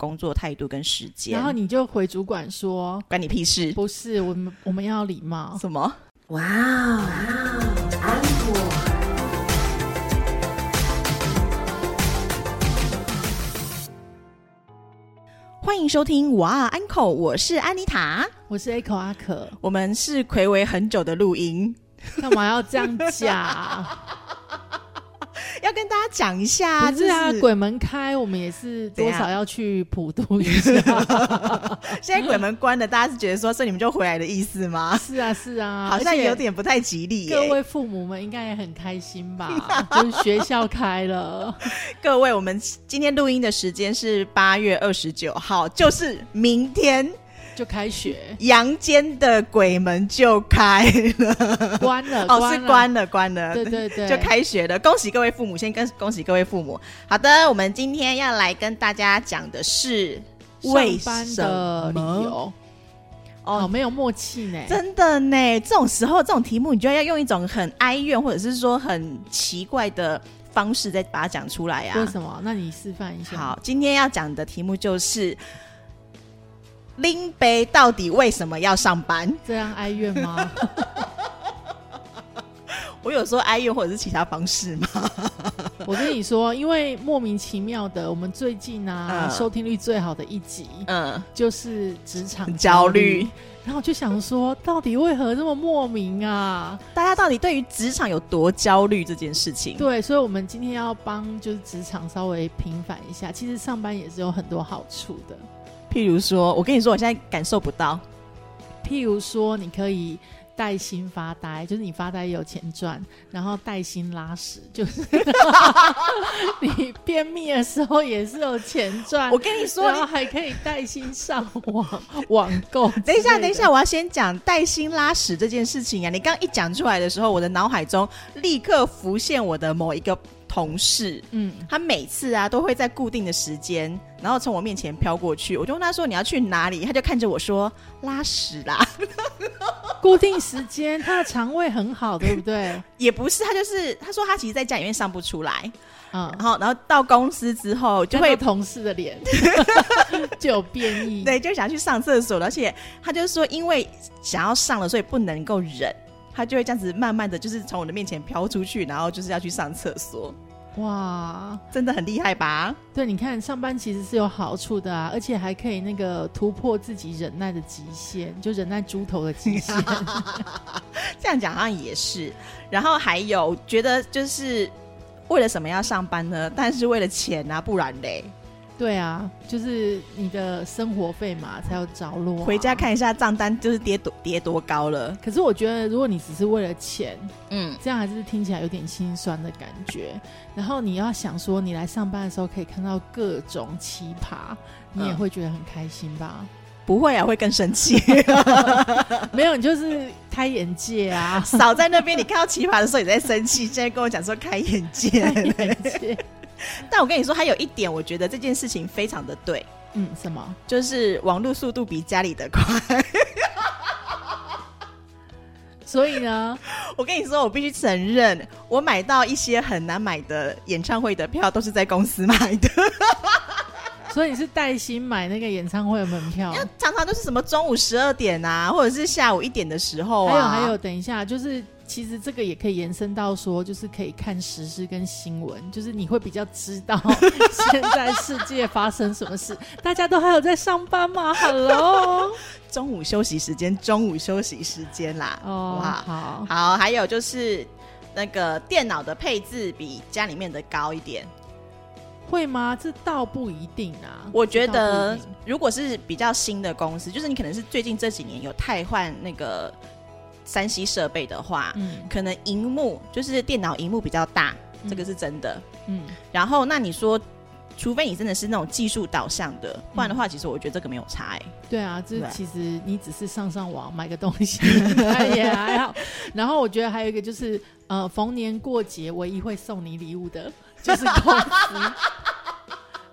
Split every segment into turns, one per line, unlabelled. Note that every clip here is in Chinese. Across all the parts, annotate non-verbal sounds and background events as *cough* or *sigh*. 工作态度跟时间。
然后你就回主管说
关你屁事？
不是，我们我们要礼貌。
什么？
哇哦，安果，
欢迎收听哇安 n 我是安妮塔，
我是 Echo 阿可，
我们是暌违很久的录音，
干嘛要这样
*laughs*
讲？
要跟大家讲一下，
不是啊
就，
鬼门开，我们也是
怎
多
样
少要去普渡一
*laughs*
下。
现在鬼门关了，大家是觉得说，所以你们就回来的意思吗？
是啊，是啊，
好像
而且
有。点不太吉利耶。
各位父母们应该也很开
*laughs*
心吧？就是学校开了，
各位，我们今天录音的时间是八月二十九号，就是明天
就
*laughs*
开学，
阳间的鬼门就
*laughs*
开了，
关了，
哦，是
了，
关了，关了，
对对对，
就开学了，恭喜各位父母，先跟恭喜各位父母。好的，我们今天要来跟大家讲的是为
上班
什
的理
么
由。
哦
好没有默契呢。
真的呢，这种时候这种题目，你就要用一种很哀怨或者是说很奇怪的方式再把它讲出来呀、啊
为什么？那你示范一下。
好，，今天要讲的题目就是拎杯到底为什么要上班？
这样哀怨吗？
我有说哀怨或者是其他方式吗？ *laughs*
我跟你说，因为莫名其妙的，我们最近啊，
嗯
收听率最好的一集
嗯，
就是职场
很焦
虑
虑，。
然后我就想说，到底为何这么莫名啊？
大家到底对于职场有多焦虑这件事情？
对，所以我们今天要帮就是职场稍微平反一下。其实上班也是有很多好处的，
譬如说，我跟你说，我现在感受不到。
譬如说，你可以带薪发呆，就是你发呆也有钱赚，然后带薪拉屎，就是 *laughs* 你便秘的时候也是有钱赚
我。跟你说，
然
你
后还可以带薪上网网购。
等一下，等一下，，我要先讲带薪拉屎这件事情啊！你刚一讲出来的时候，我的脑海中立刻浮现我的某一个同事，
嗯，
他每次啊都会在固定的时间，然后从我面前飘过去。我就问他说：“你要去哪里？”他就看着我说：“拉屎啦。 *laughs*
固定时间，他的肠胃很好，对不对？”
也不是，他就是他说他其实在家里面上不出来，
嗯
然，后然后到公司之后就
看到
会
同事
*laughs*
的脸就有变异。
对，就想去上厕所了，而且他就说，因为想要上了，所以不能够忍，他就会这样子慢慢的就是从我的面前飘出去，然后就是要去上厕所，
哇，
真的很厉害吧？
对，你看上班其实是有好处的啊，而且还可以那个突破自己忍耐的极限，就忍耐猪头的极
*laughs*
限。
这样讲好像也是。然后还有觉得就是为了什么要上班呢？但是为了钱啊，不然嘞，
对啊，就是你的生活费嘛才有着落、啊
回家。看一下账单，就是跌多跌多高了。
可是我觉得，如果你只是为了钱，
嗯，
这样还是听起来有点心酸的感觉。然后你要想说，你来上班的时候可以看到各种奇葩，你也
嗯
会觉得很开心吧？
不会啊，会更生
*laughs*
气。，
没有，你就是开眼界啊 *laughs*
少在那边，你看到奇葩的时候也在生气，现在跟我讲说开眼界。
开眼界。
但我跟你说，还有一点，我觉得这件事情非常的对，
嗯，什么？
就是网络速度比家里的快。 *laughs*
所以呢，
我跟你说，我必须承认，我买到一些很难买的演唱会的票，都是在公司买的。
所以你是带薪买那个演唱会的门票，
常常都是什么中午十二点啊，或者是下午一点的时候
还有
啊。
还有，，等一下，就是其实这个也可以延伸到说，就是可以看时事跟新闻，就是你会比较知道 *laughs* 现在世界发生什么事。大家都还有在上班吗？Hello，
中午休息时间，中午休息时间啦。
哦，
哇，
好，
好，还有就是那个电脑的配置比家里面的高一点。
会吗？这倒不一定啊，
我觉
这倒不
得
一定，
如果是比较新的公司，就是你可能是最近这几年有汰换那个三 C 设备的话，
嗯
可能荧幕就是电脑荧幕比较大，
嗯
这个是真的。
嗯，
然后那你说，除非你真的是那种技术导向的，不然的话，其实我觉得这个没有差、欸。
对啊，就是
对
其实你只是上上网买个东西 *laughs* 也还好。然后我觉得还有一个就是，呃，逢年过节唯一会送你礼物的就是公
*laughs*
司。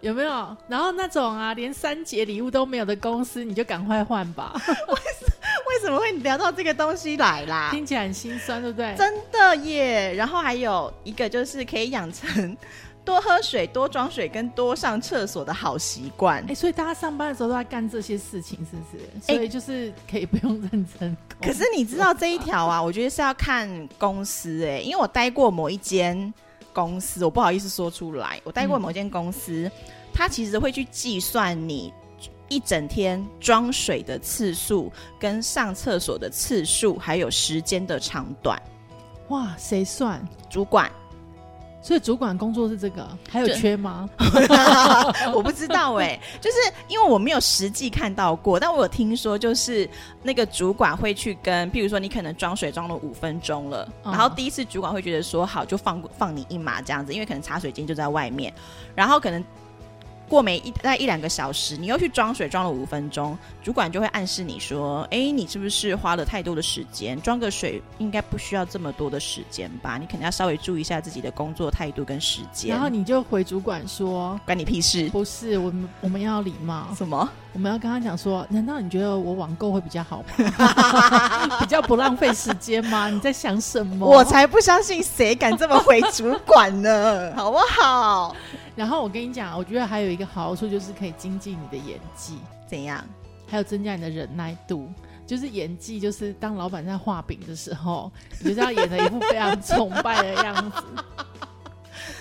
有没有？然后那种啊，连三节礼物都没有的公司，你就赶快换吧。
为什么会聊到这个东西来啦？
听起来很心酸，对不对？
真的耶！然后还有一个就是可以养成多喝水、多装水跟多上厕所的好习惯
哎、。所以大家上班的时候都在干这些事情，是不是？所以就是可以不用认真工作。
哎可是你知道这一条啊，我觉得是要看公司哎、因为我待过某一间公司，我不好意思说出来，我待过
嗯
某一间公司，它其实会去计算你一整天装水的次数、跟上厕所的次数，还有时间的长短。
哇，谁算？
主管，
所以主管工作是这个，还有
就
缺吗？
*laughs* 我不知道哎、就是因为我没有实际看到过，但我有听说，就是那个主管会去跟，譬如说你可能装水装了五分钟了，
嗯
然后第一次主管会觉得说好就放放你一马这样子，因为可能茶水间就在外面，然后可能。过没一大概一两个小时，你又去装水装了五分钟，主管就会暗示你说：“哎、你是不是花了太多的时间？装个水应该不需要这么多的时间吧？你可能要稍微注意一下自己的工作态度跟时间。”
然后你就回主管说。
关你屁事？
不是，我们我们要礼
*laughs*
貌，
什么？
我们要跟他讲说，难道你觉得我网购会比较好
*laughs*
吗？比较不浪费时间吗？你在想什么？
我才不相信谁敢这么回主管呢，
*laughs*
好不好？
然后我跟你讲，我觉得还有一个好处就是可以精进你的演技，
怎样？
还有增加你的忍耐度。就是演技，就是当老板在画饼的时候，你就是要演的一副非常崇拜的样
*laughs*
子，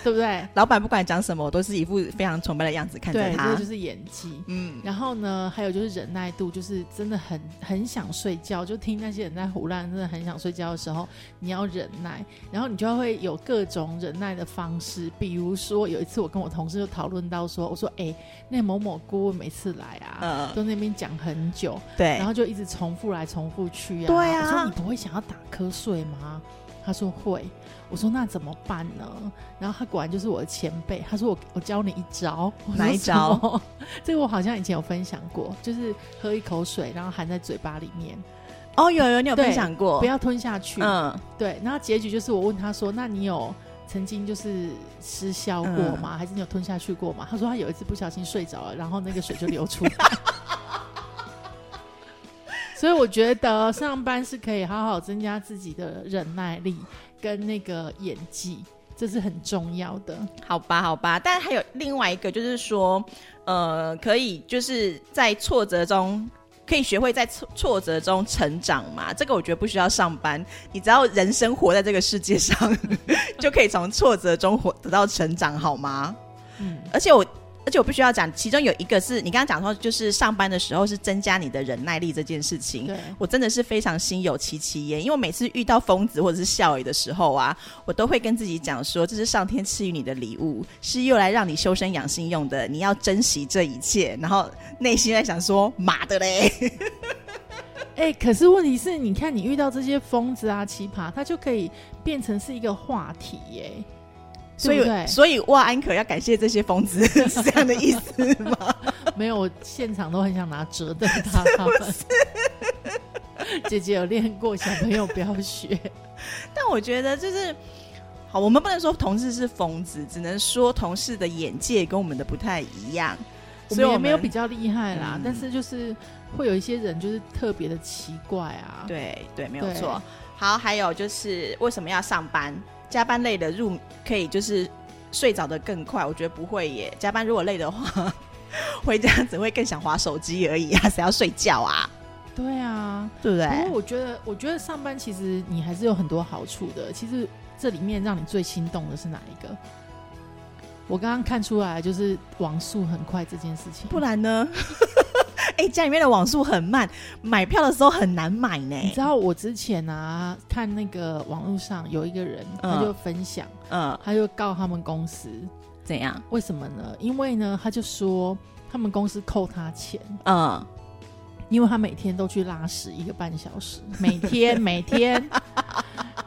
对不对？
老板不管讲什么，我都是一副非常崇拜的样子看着
对，这
他
个就。是演技。
嗯，
然后呢，还有就是忍耐度，就是真的很很想睡觉，就听那些人在胡乱，真的很想睡觉的时候，你要忍耐，然后你就会有各种忍耐的方式。比如说，有一次我跟我同事就讨论到说，我说：“哎、那某某顾问每次来啊，
嗯
都那边讲很久，
对
然。后就一直重复来重复去啊。”
哎对啊
我说：“你不会想要打瞌睡吗？”他说会，我说那怎么办呢？然后他果然就是我的前辈，他说我我教你一招， *laughs* 我说
哪一招
什么？这个我好像以前有分享过，就是喝一口水，然后含在嘴巴里面，
哦，有有，你有
对
分享过？
不要吞下去。
嗯，
对，然后结局就是我问他说，那你有曾经就是失效过吗？还是你有吞下去过吗？他说他有一次不小心睡着了，然后那个水就流出来。 *laughs* 所以我觉得上班是可以好好增加自己的忍耐力跟那个演技，这是很重要的。
好吧，好吧。但还有另外一个，就是说，呃，可以就是在挫折中。可以学会在挫挫折中成长嘛？这个我觉得不需要上班，你只要人生活在这个世界上， *laughs* 就可以从挫折中活得到成长，好吗？
嗯，
而且我，而且我必须要讲，其中有一个是你刚刚讲说，就是上班的时候是增加你的忍耐力这件事情。
对，
我真的是非常心有戚戚焉，因为我每次遇到疯子或者是笑语的时候啊，我都会跟自己讲说，这是上天赐予你的礼物，是用来让你修身养性用的，你要珍惜这一切。然后内心在想说，妈的嘞，
哎、可是问题是，你看你遇到这些疯子啊、奇葩，他就可以变成是一个话题耶、
所以
对不对
所以哇，安可要感谢这些疯子， *laughs* 是这样的意思吗？
没有，我现场都很想拿折凳打他们。姐姐有练过，小朋友不要学。
但我觉得就是，好，我们不能说同事是疯子，只能说同事的眼界跟我们的不太一样，*laughs*
我
所以
们
我
也
们
没有比较厉害啦，
嗯
但是就是会有一些人就是特别的奇怪啊。，
对对，没有
对
错。好，还有就是为什么要上班？加班累了入可以就是睡着的更快，我觉得不会耶。加班如果累的话， *laughs* 回家只会更想划手机而已啊，谁要睡觉啊？哦
对啊。
对不对？
不过我觉得，我觉得上班其实你还是有很多好处的。其实这里面让你最心动的是哪一个？我刚刚看出来就是网速很快这件事情。
不然呢？ *laughs* 哎、家里面的网速很慢，买票的时候很难买呢。
你知道我之前啊看那个网络上有一个人，他
嗯
就分享。
嗯，
他就告他们公司，
怎样？
为什么呢？因为呢，他就说他们公司扣他钱，
嗯，
因为他每天都去拉屎一个半小
*laughs*
时，每天每天，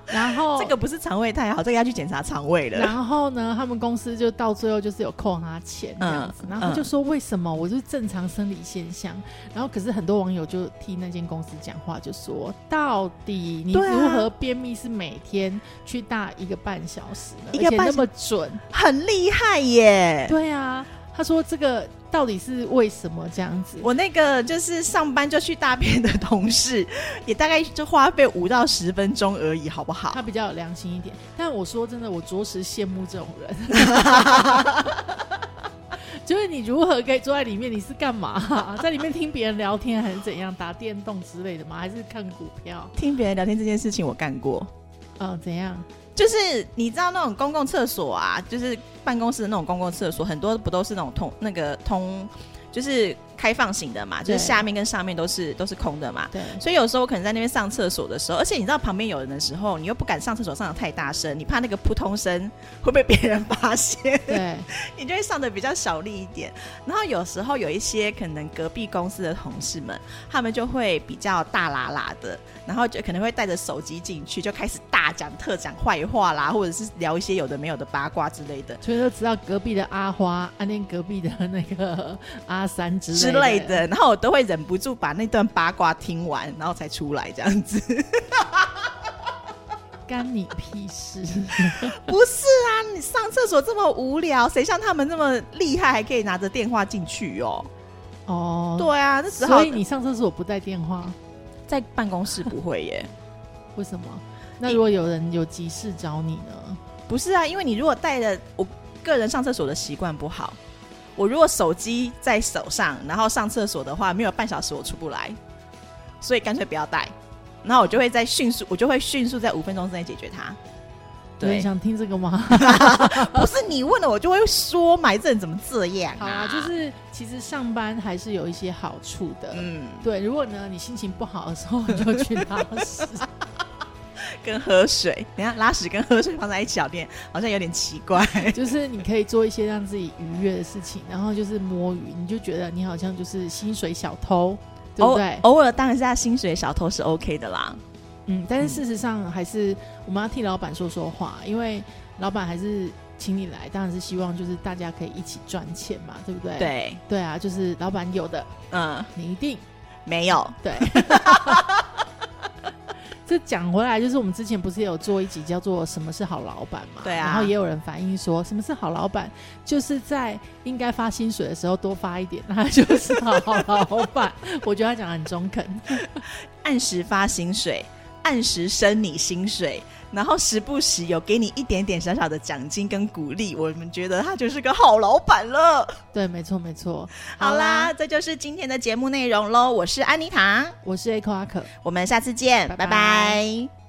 然后
*laughs* 这个。不是肠胃太好，这个要去检查肠胃了。
*laughs* 然后呢，他们公司就到最后就是有扣他钱这样子，
嗯
然后他就说为什么我就是正常生理现象，然后可是很多网友就替那间公司讲话，就说到底你
对啊
如何便秘是每天去大一个半小时呢？
一个
而且
半
那么准，欸
很厉害耶！
对啊，他说这个到底是为什么这样子？
我那个就是上班就去大便的同事，也大概就花费五到十分钟而已，好不好
他？比较有良心一点。但我说真的，我着实羡慕这种人。 *laughs* 就是你如何可以坐在里面？你是干嘛、 *laughs* 在里面听别人聊天还是怎样？打电动之类的吗？还是看股票？
听别人聊天这件事情我干过，
嗯、怎样？
就是你知道那种公共厕所啊，就是办公室的那种公共厕所，很多不都是那种通那个通，就是开放型的嘛，就是
对
下面跟上面都是都是空的嘛。
对，
所以有时候我可能在那边上厕所的时候，而且你知道旁边有人的时候，你又不敢上厕所上的太大声，你怕那个扑通声会被别人发现。 *laughs*
对，
你就会上的比较小力一点。然后有时候有一些可能隔壁公司的同事们，他们就会比较大喇喇的，然后就可能会带着手机进去，就开始大讲特讲坏话啦，或者是聊一些有的没有的八卦之类的
所以就知道隔壁的阿花暗恋隔壁的那个 *laughs* 阿三之
之类
类
的。然后我都会忍不住把那段八卦听完，然后才出来这样子。
干你屁事！
不是啊，你上厕所这么无聊，谁像他们那么厉害，还可以拿着电话进去哦？
哦，
对啊，那时候
所以你上厕所不带电话，
在办公室不会耶。
为什么？那如果有人有急事找你呢？
*laughs* 不是啊，因为你如果带了我个人上厕所的习惯不好，我如果手机在手上，然后上厕所的话，没有半小时我出不来，所以干脆不要带。然后我就会在迅速，我就会迅速在五分钟之内解决它。
有
对， *laughs*
人想听这个吗？
不是你问了我就会说嘛，这人怎么这样、
*laughs* 好啊，就是其实上班还是有一些好处的。
嗯，
对，如果呢你心情不好的时候，你就去拉屎。
跟喝水，等一下拉屎跟喝水放在一起好点，好像有点奇怪。
就是你可以做一些让自己愉悦的事情，然后就是摸鱼，你就觉得你好像就是薪水小偷， *laughs* 对不对？
偶偶尔当一下薪水小偷是 OK 的啦。
嗯，但是事实上还是我们要替老板说说话，因为老板还是请你来，当然是希望就是大家可以一起赚钱嘛，对不对？
对，
对啊，就是老板有的
嗯，
你一定
没有，
对。这讲回来，就是我们之前不是也有做一集叫做“什么是好老板”嘛？
对啊
然后也有人反映说，什么是好老板，就是在应该发薪水的时候多发一点，那他就是好老板。 *laughs* 我觉得他讲的很中肯。
按时发薪水，按时升你薪水，然后时不时有给你一点点小小的奖金跟鼓励，我们觉得他就是个好老板了。
对，没错，没错。
好啦，，这就是今天的节目内容喽。我是安妮塔，
我是 A 克阿可。
我们下次见，
拜
拜
拜
拜